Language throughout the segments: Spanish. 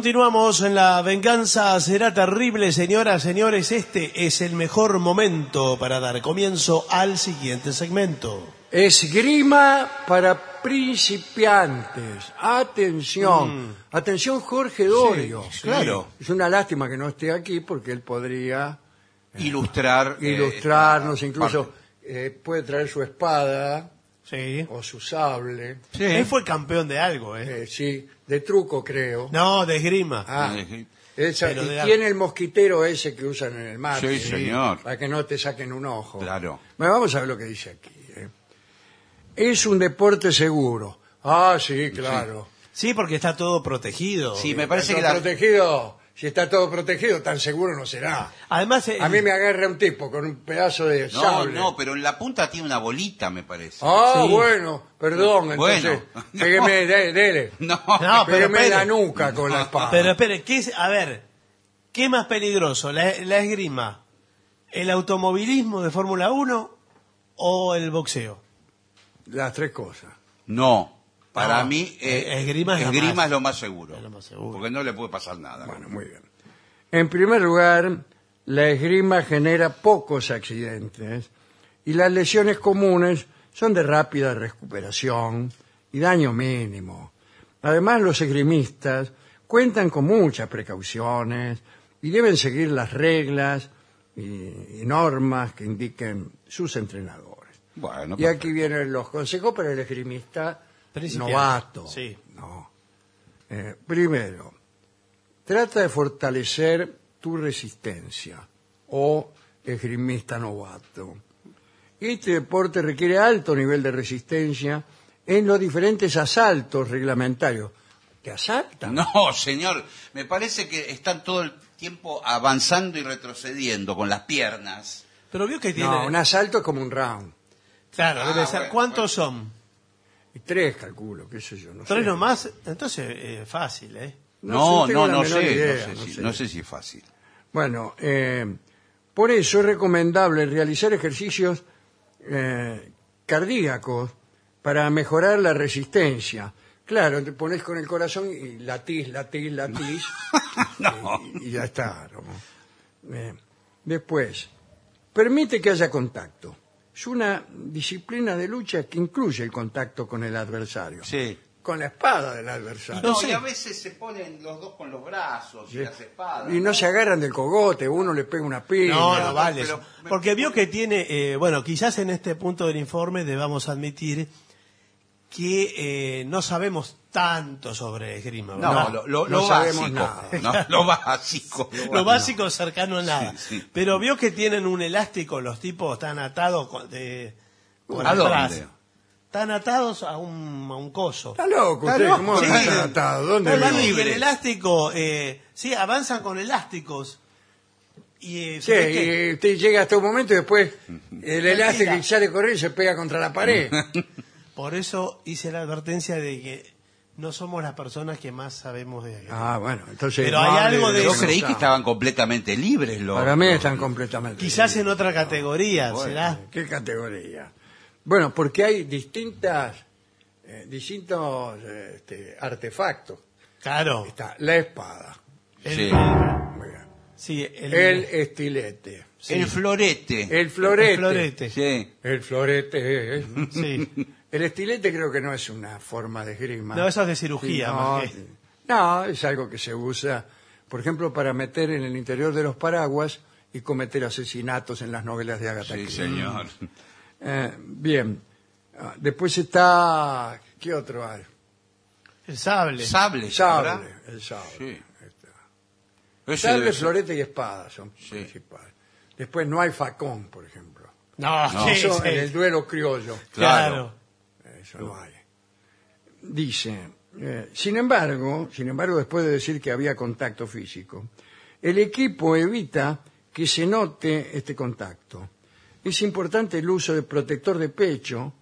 Continuamos en la venganza. Será terrible, señoras, señores. Este es el mejor momento para dar comienzo al siguiente segmento. Esgrima para principiantes. Atención. Mm. Atención Jorge Dorio. claro. Es una lástima que no esté aquí porque él podría Ilustrar. eh, ilustrarnos, esta incluso parte. eh, puede traer su espada Sí. o su sable. Sí. Él fue campeón de algo, ¿eh? Eh, sí, de truco creo. No, de esgrima. Ah, Sí. esa- Pero de y ar- tiene el mosquitero ese que usan en el mar. Sí, señor. Para que no te saquen un ojo. Claro. Bueno, vamos a ver lo que dice aquí. eh. Es un deporte seguro. Ah, sí, claro. Sí, porque está todo protegido. Sí, me parece Está que todo la- protegido. Si está todo protegido, tan seguro no será. Además, eh, A mí me agarra un tipo con un pedazo de No, sable. no, pero en la punta tiene una bolita, me parece. Ah, Sí. bueno, perdón, entonces. Bueno. Pégueme, de- dele. No. No, pero Pégueme en la espere. nuca con la espada. Pero espere, ¿qué es, a ver, ¿qué más peligroso? ¿La, la esgrima? ¿El automovilismo de Fórmula 1 o el boxeo? Las tres cosas. No. Para No, mí, eh, esgrima es la esgrima más- es lo más seguro. es lo más seguro. Porque no le puede pasar nada. Bueno, muy bien. En primer lugar, la esgrima genera pocos accidentes y las lesiones comunes son de rápida recuperación y daño mínimo. Además, los esgrimistas cuentan con muchas precauciones y deben seguir las reglas y, y normas que indiquen sus entrenadores. Bueno, Y aquí vienen los consejos para el esgrimista Principiante. novato. Sí. No. Eh, primero, trata de fortalecer tu resistencia o esgrimista novato. Este deporte requiere alto nivel de resistencia en los diferentes asaltos reglamentarios. ¿Te asaltan? No, señor, me parece que están todo el tiempo avanzando y retrocediendo con las piernas. Pero vio que tiene... No, un asalto es como un round. Claro, Ah, debe ser. bueno, ¿Cuántos son? Y Tres, calculo, qué sé yo. No ¿Tres sé. nomás? Entonces, eh, fácil, ¿eh? sé, No, no, tengo la no, menor sé, idea, no, sé, no si- sé. no sé si es fácil. Bueno, eh, por eso es recomendable realizar ejercicios eh, cardíacos para mejorar la resistencia. Claro, te pones con el corazón y latís, latís, latís No. y, y ya está. ¿no? Eh, después, permite que haya contacto. Es una disciplina de lucha que incluye el contacto con el adversario. Sí. Con la espada del adversario. No, sé. y a veces se ponen los dos con los brazos y las espadas. Y no se agarran del cogote, uno le pega una piña. No, no, no vale. pero- eso. Porque vio que tiene, eh, bueno, quizás en este punto del informe debamos admitir que eh, no sabemos tanto sobre esgrima, No, ¿verdad? lo, lo- No lo sabemos básico. nada. No, lo básico. Lo básico cercano a nada. Sí, sí. Pero vio que tienen un elástico, los tipos están atados con, de, con ¿A dónde? atrás. Están atados a un, a un coso. Está loco, usted, loco, ¿cómo sí. lo han atado? ¿Dónde Están vive? libre. y el elástico, eh, sí, avanzan con elásticos. Y, eh, se Sí, ve que- y usted llega hasta un momento y después el elástico y sale corriendo y se pega contra la pared. Por eso hice la advertencia de que no somos las personas que más sabemos de esgrima. Ah, bueno, entonces... Pero no hay hable algo de lo Yo eso. creí no sabe. que estaban completamente libres los. Para mí están completamente... Quizás en otra categoría, ¿será? ¿Qué categoría? Bueno, porque hay distintas, eh, distintos eh, este, artefactos. Claro. Está la espada, El, Sí. muy bien, sí, el, el estilete, El florete. el florete. el Este. florete. Sí. El florete es... Sí. El estilete creo que no es una forma de esgrima. No, eso es de cirugía, Sí, no, más que- sí. no, es algo que se usa, por ejemplo, para meter en el interior de los paraguas y cometer asesinatos en las novelas de Agatha Sí, Christie. señor. Eh, bien. Ah, Después está... ¿Qué otro hay? El sable. Sable. El sable. ¿verdad? El sable. Sí. Está. Ese Sable, debe ser- florete y espada son Sí. principales. Después no hay facón, por ejemplo. No, No. sí, Eso sí. en el duelo criollo. Claro. Eso no hay. Dice, eh, sin embargo, sin embargo, después de decir que había contacto físico, el equipo evita que se note este contacto. Es importante el uso de protector de pecho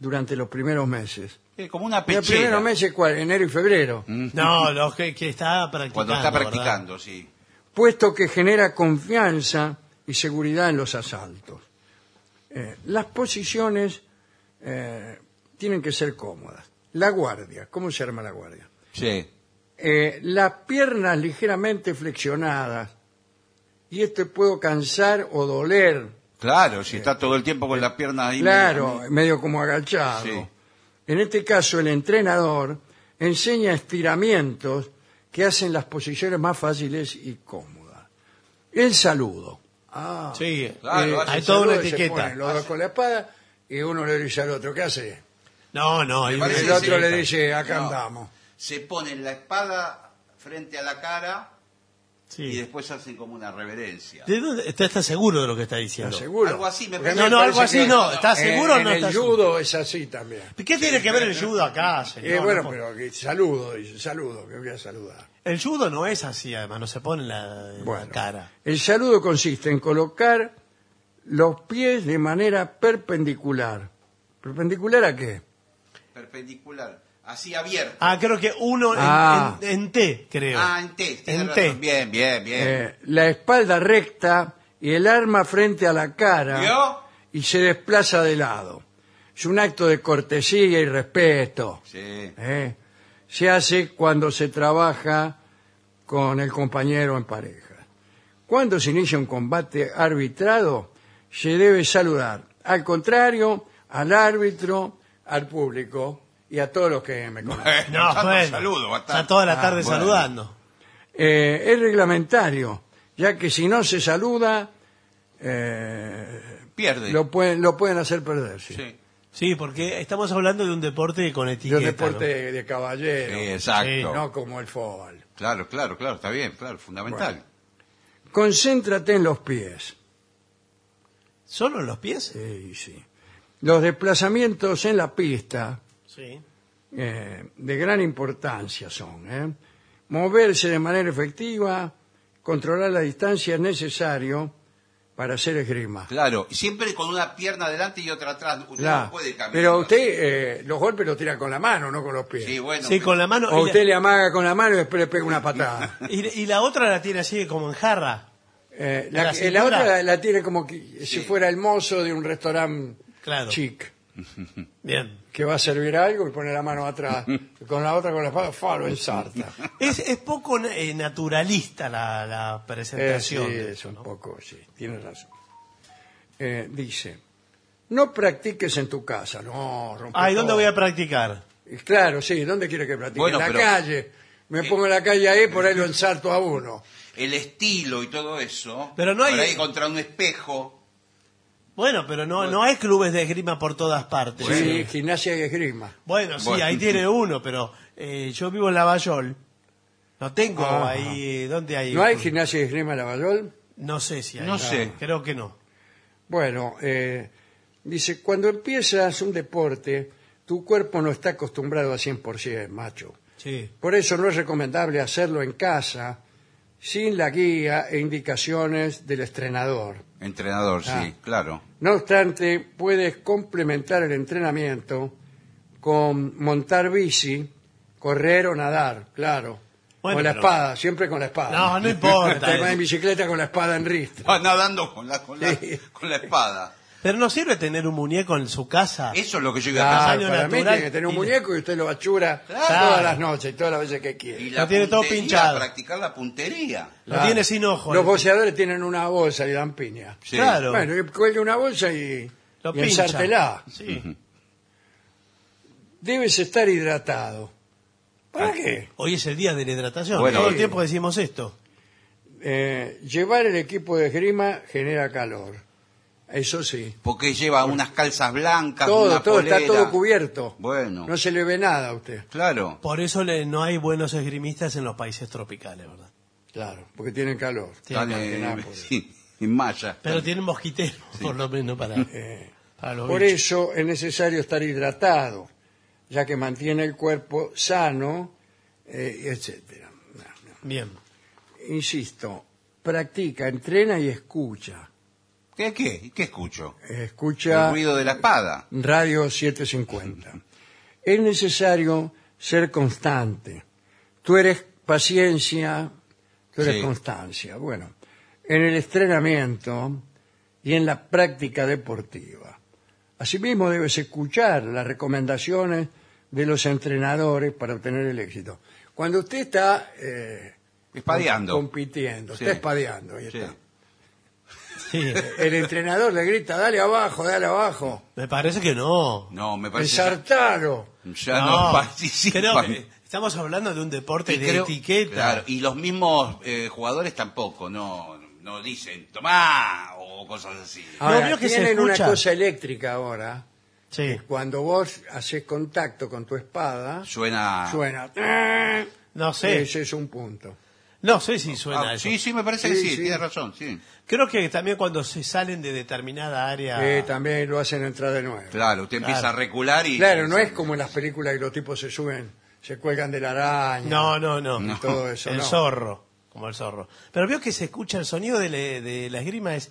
durante los primeros meses. Eh, Como una Y Los pechera. primeros meses, ¿cuál? Enero y febrero. No, lo que, que está practicando. Cuando está ¿verdad? practicando, sí. puesto que genera confianza y seguridad en los asaltos. Eh, las posiciones eh, tienen que ser cómodas. La guardia, ¿cómo se arma la guardia? Sí. eh, las piernas ligeramente flexionadas. Y esto puede cansar o doler. Claro, si está todo el tiempo con las piernas ahí. Claro, medio como agachado. Sí. En este caso, el entrenador enseña estiramientos que hacen las posiciones más fáciles y cómodas. El saludo. Ah, Sí, Claro, eh, hace hay el toda una saludo se etiqueta. ponen los dos con la espada y uno le dice al otro, ¿qué hace? No, no, hay Me una parece el que otro sí. le dice, acá No. andamos. Se ponen la espada frente a la cara Sí. y después hacen como una reverencia. ¿De dónde? ¿Está, está seguro de lo que está diciendo? ¿Estás seguro? Algo así me Porque a mí No, Me no, parece algo así que- no. ¿Estás Eh, seguro o en no el estás seguro? judo es así también. ¿Qué tiene que ver el judo acá, señor? Eh, bueno, No, pero aquí, saludo, dice, saludo, que voy a saludar. El judo no es así, además, no se pone en la, en la Bueno, cara. El saludo consiste en colocar los pies de manera perpendicular. ¿Perpendicular a qué? Perpendicular. Así abierto. Ah, creo que uno en- Ah. en, en T, creo. Ah, en T. tiene En razón. T. Bien, bien, bien. Eh, la espalda recta y el arma frente a la cara ¿Vio? y se desplaza de lado. Es un acto de cortesía y respeto. Sí. ¿eh? Se hace cuando se trabaja con el compañero en pareja. Cuando se inicia un combate arbitrado, se debe saludar al contrario, al árbitro, al público y a todos los que me conocen. No, Tanto bueno. Eh, saludo, va a estar- Está toda la Ah, tarde bueno. saludando. Eh, es reglamentario, ya que si no se saluda, eh, Pierde. lo, pueden, lo pueden hacer perderse. Sí. Sí, Sí, porque estamos hablando de un deporte con De etiqueta. un deporte ¿no? de caballero, Sí, exacto. no como el fútbol. Claro, claro, claro. Está bien, claro. Fundamental. Concéntrate en los pies. ¿Solo en los pies? Sí, sí. Los desplazamientos en la pista Sí. eh, de gran importancia son. ¿eh? Moverse de manera efectiva, controlar la distancia es necesario para hacer esgrima. Claro. Y siempre con una pierna adelante y otra atrás. Usted Claro. no puede caminar. Pero usted eh, los golpes los tira con la mano, no con los pies. Sí, bueno. Sí, con la mano. o y, usted le amaga con la mano y después le pega una patada. la, y- y la otra la tiene así como en jarra. Eh, ¿La la, la cintura? otra la, la tiene como que si Sí. fuera el mozo de un restaurante Claro. chic. Bien. que va a servir algo y pone la mano atrás, y con la otra con la espada, fa, lo ensarta. Es, es poco eh, naturalista la, la Eh, sí, presentación. de es eso, un ¿no? poco, sí, tiene razón. Eh, dice, no practiques en tu casa, no, rompe Ay, ¿dónde todo. voy a practicar? Y Claro, sí, ¿dónde quiere que practique? Bueno, en la pero- calle. Me eh, pongo en la calle ahí, por ahí lo ensarto a uno. El estilo y todo eso. Pero no hay- Por ahí contra un espejo. Bueno, pero no, no hay clubes de esgrima por todas partes. Sí, gimnasia y esgrima. Bueno, sí, Bueno. ahí tiene uno, pero eh, yo vivo en Lavallol. No tengo Ah. Ajá. ahí. ¿Dónde hay? ¿No hay gimnasia y esgrima en Lavallol? No sé si hay. No sé. Creo que no. Bueno, eh, dice, cuando empiezas un deporte, tu cuerpo no está acostumbrado a 100%, macho. Sí. Por eso no es recomendable hacerlo en casa sin la guía e indicaciones del entrenador. Entrenador, Ah. sí, claro. No obstante, puedes complementar el entrenamiento con montar bici, correr o nadar, claro. Bueno, con la pero- espada, siempre con la espada. No, no importa. Además, en bicicleta con la espada en ristra. Va nadando con la, con la, Sí. con la espada. Pero no sirve tener un muñeco en su casa. Eso es lo que yo iba a Claro, pensar. Año para mí natural tiene que tener un y- muñeco y usted lo achura Claro. todas las noches, todas las veces que quiere. Y la tiene todo puntería, pinchado. Practicar la puntería. Lo tiene sin ojo. Los boxeadores tienen una bolsa y dan piña. Sí. Claro. Bueno, y cuelga una bolsa y, Lo y pincha. ensártela. Sí. Debes estar hidratado. Ah. ¿Para qué? Hoy es el día de la hidratación. Bueno, Todo el sí. tiempo decimos esto. Eh, llevar el equipo de esgrima genera calor. Eso sí. Porque lleva unas calzas blancas, Todo, una todo está polera. todo cubierto. Bueno. No se le ve nada a usted. Claro. Por eso le- no hay buenos esgrimistas en los países tropicales, ¿verdad? Claro, porque tienen calor. Están, Más que eh, nada por eso. sí, en malla. Pero tienen mosquiteros, por lo menos, para, Eh, para los Por bichos. eso es necesario estar hidratado, ya que mantiene el cuerpo sano, eh, etcétera. Bien. Insisto, practica, entrena y escucha. ¿Qué, qué? ¿Qué escucho? Escucha El ruido de la espada. Radio 750. es necesario ser constante. Tú eres paciencia, tú eres Sí. constancia. Bueno, en el entrenamiento y en la práctica deportiva. Asimismo, debes escuchar las recomendaciones de los entrenadores para obtener el éxito. Cuando usted está eh, Espadeando. compitiendo, Sí. está espadeando, ahí Sí. está. Sí, El entrenador le grita, dale abajo, dale abajo, me parece que no. No, me parece. Ya, ensartalo. ya no, participan. creo que estamos hablando de un deporte Y de creo- etiqueta. claro, y los mismos eh, jugadores tampoco, no, no dicen, tomá, o cosas así. Ahora, veo que se tienen una escucha. cosa eléctrica ahora. Sí. Cuando vos haces contacto con tu espada, Ah. Suena... suena. No sé. Ese es un punto. No sé si suena Ah, eso. sí, sí, me parece que Sí, sí, sí. tienes razón, sí. Creo que también cuando se salen de determinada área. Eh, también lo hacen entrar de nuevo. Claro, Claro, usted empieza a recular y... no es como en las películas que los tipos se suben, se cuelgan de la araña. No, no, no. y Todo eso, el no. zorro, como el zorro. Pero veo que se escucha el sonido de, le- de la esgrima es...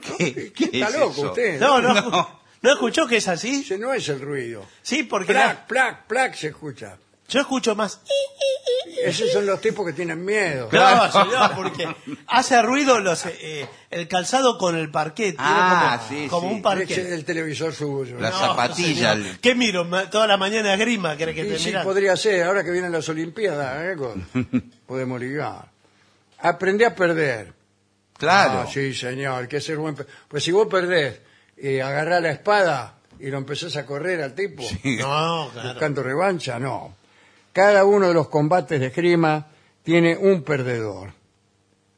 qué? ¿Qué Está es loco eso? usted. No, no. Eh, No. ¿No, escuchó que es así? Ese no es el ruido. Sí, porque la- Plac, plac, plac se escucha. yo escucho más... Esos son los tipos que tienen miedo. Claro, Claro. señor, porque hace ruido los, eh, eh, el calzado con el parquet. tiene Ah, como, sí, como sí. un Ese es parquet. el televisor suyo. La No, zapatilla, señor. el- ¿Qué miro? Ma- Toda la mañana esgrima, ¿crees que Y te sí, miran? podría ser, ahora que vienen las Olimpiadas, ¿eh? Con- podemos ligar. Aprendí a perder. Claro. Ah, sí, señor, que ser buen. pe- Pues si vos perdés y agarrás la espada y lo empezás a correr al tipo, No, claro. buscando revancha, no. Cada uno de los combates de esgrima tiene un perdedor.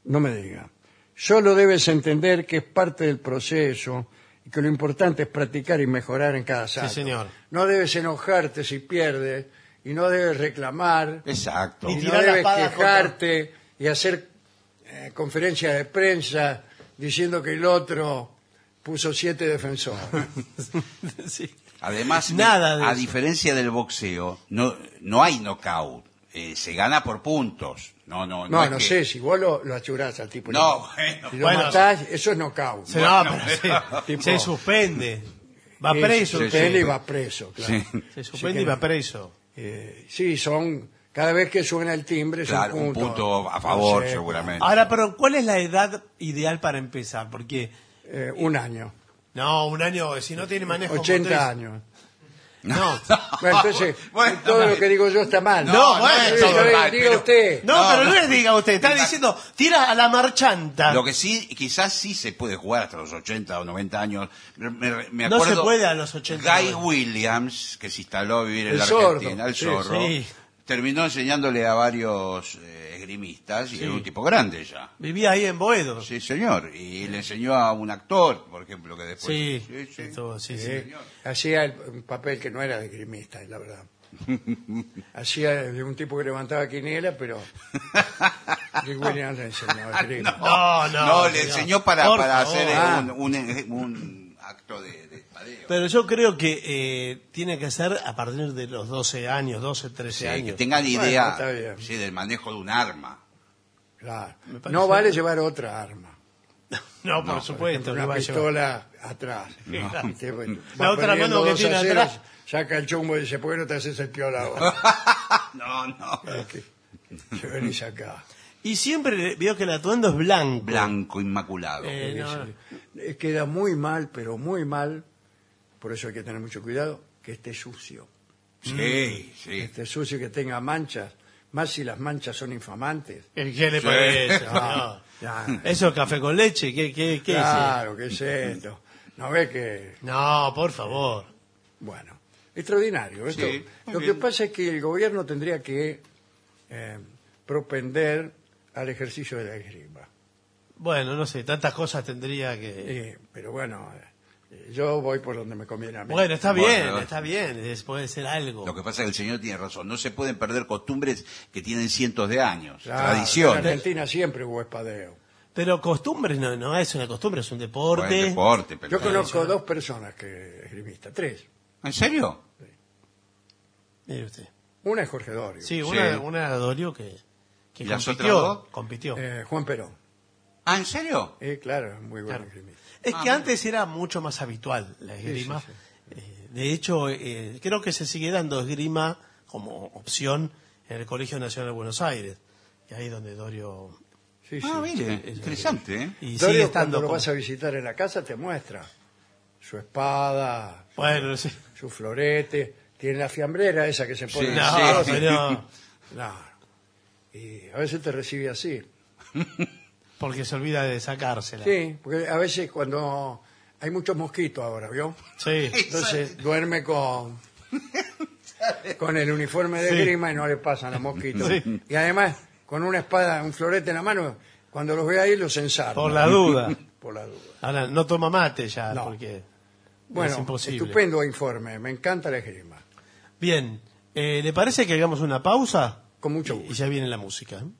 No me diga. Solo debes entender que es parte del proceso y que lo importante es practicar y mejorar en cada salto. señor. No debes enojarte si pierdes y no debes reclamar Exacto. Y y no tirar la debes espada quejarte y hacer eh, conferencias de prensa diciendo que el otro puso siete defensores. Sí. Además, Nada de a eso. diferencia del boxeo, no, no hay knockout. Eh, se gana por puntos. No, no, No, es no que- sé, si vos lo, lo achurás al tipo. No, bueno. Si lo Bueno, matás, eso es nocaut. Se, Bueno, no, pero se- tipo- se suspende. Va Sí, preso. Se sí, usted. suspende sí. y va preso, claro. Sí. Se suspende y va preso. Eh, sí, son... Cada vez que suena el timbre es Claro, un un punto. punto a No favor, sé, seguramente. Ahora, pero ¿cuál es la edad ideal para empezar? Porque, eh, un año. no, un año, si no tiene manejo. 80 motriz- años. No. Bueno, entonces, Bueno, todo bueno. lo que digo yo está mal. No, No, no bueno, es Sí, todo a ver, mal, diga pero- usted. No, No, pero no. no les diga usted, está Diga- diciendo, tira a la marchanta. Lo que sí, quizás sí se puede jugar hasta los 80 o 90 años. Me- me- me No se acuerdo puede a los 80 Guy años. Williams, que se instaló a vivir en El la sordo, Argentina, el sí, zorro, sí. terminó enseñándole a varios eh, esgrimistas, y Sí. era un tipo grande ya. Vivía ahí en Boedo. Sí, señor. Y le enseñó a un actor, por ejemplo, que después... Sí, esto, sí, sí. Eh, hacía el- un papel que no era de grimista, la verdad. hacía de un tipo que levantaba quiniela, pero... Dick Williams le enseñó a escribir. No, no, le señor. enseñó para, Por para favor. hacer eh, Ah. un, un- un acto de, de espadeo. Pero yo creo que eh, tiene que ser a partir de los 12 años, 12, 13 Sí, que años. tengan Bueno, idea está bien. sí, del manejo de un arma. Claro. Me parece- No vale llevar otra arma. No, por No, supuesto, una no va a llevar. pistola atrás. Te- va La otra perdiendo mano que dos tiene a cero, atrás. Saca el chumbo y dice, ¿por qué no te haces el piola ahora? No, no. Eh, Que venís acá. Y siempre veo que el atuendo es blanco. Blanco, inmaculado. Eh, no, no. Eh, Queda muy mal, pero muy mal, por eso hay que tener mucho cuidado, que esté sucio. Sí, Que sí. esté Este sucio, que tenga manchas, más si las manchas son infamantes. ¿Y ¿Qué le Sí. parece? Ah, No. ya. Eso es café con leche, ¿qué, qué, qué es eso? claro, ¿qué es esto? No ve que... No, por favor. Bueno, extraordinario. Esto, Sí, muy lo bien. que pasa es que el gobierno tendría que eh, propender al ejercicio de la esgrima. Bueno, no sé, tantas cosas tendría que... Eh, pero bueno, eh, yo voy por donde me conviene a mí. Bueno, está Bueno, bien, bueno. está bien, es- puede ser algo. Lo que pasa es que el señor tiene razón. No se pueden perder costumbres que tienen cientos de años, Claro, En tradiciones. Argentina siempre hubo espadeo. Pero costumbres no, no es una costumbre, es un Buen deporte. deporte, pero- Yo conozco dos personas que esgrimistas, tres. ¿En serio? Mire usted. Una es Jorge Dorio, Sí, una, Sí. una Dorio que, que ¿Y las otras compitió. dos? compitió. eh, Juan Perón. ¿Ah, en serio? Eh, claro, muy buen Claro. esgrimista. Es que Ah, antes era mucho más habitual la esgrima. sí, Eh, de hecho, eh, creo que se sigue dando esgrima como opción en el Colegio Nacional de Buenos Aires, que ahí es donde Dorio... Sí, Ah, sí. mire, interesante, ¿eh? Y sigue Dorio, estando... cuando lo como- vas a visitar en la casa, te muestra su espada, Bueno, sí. su florete, que en la fiambrera esa que se pone. Sí, No, sí. señor. Claro. Y a veces te recibe así. Porque se olvida de sacársela. Sí, porque a veces cuando hay muchos mosquitos ahora, ¿vio? Sí. Entonces duerme con con el uniforme de Sí. grima y no le pasan los mosquitos. Sí. Y además, con una espada, un florete en la mano, cuando los ve ahí los ensarta. Por la duda. Por la duda. Ahora, no toma mate ya, No. porque... Bueno, es imposible. estupendo informe. Me encanta la esgrima. Bien, eh, ¿le parece que hagamos una pausa? Con mucho Y gusto. ya viene la música. ¿eh?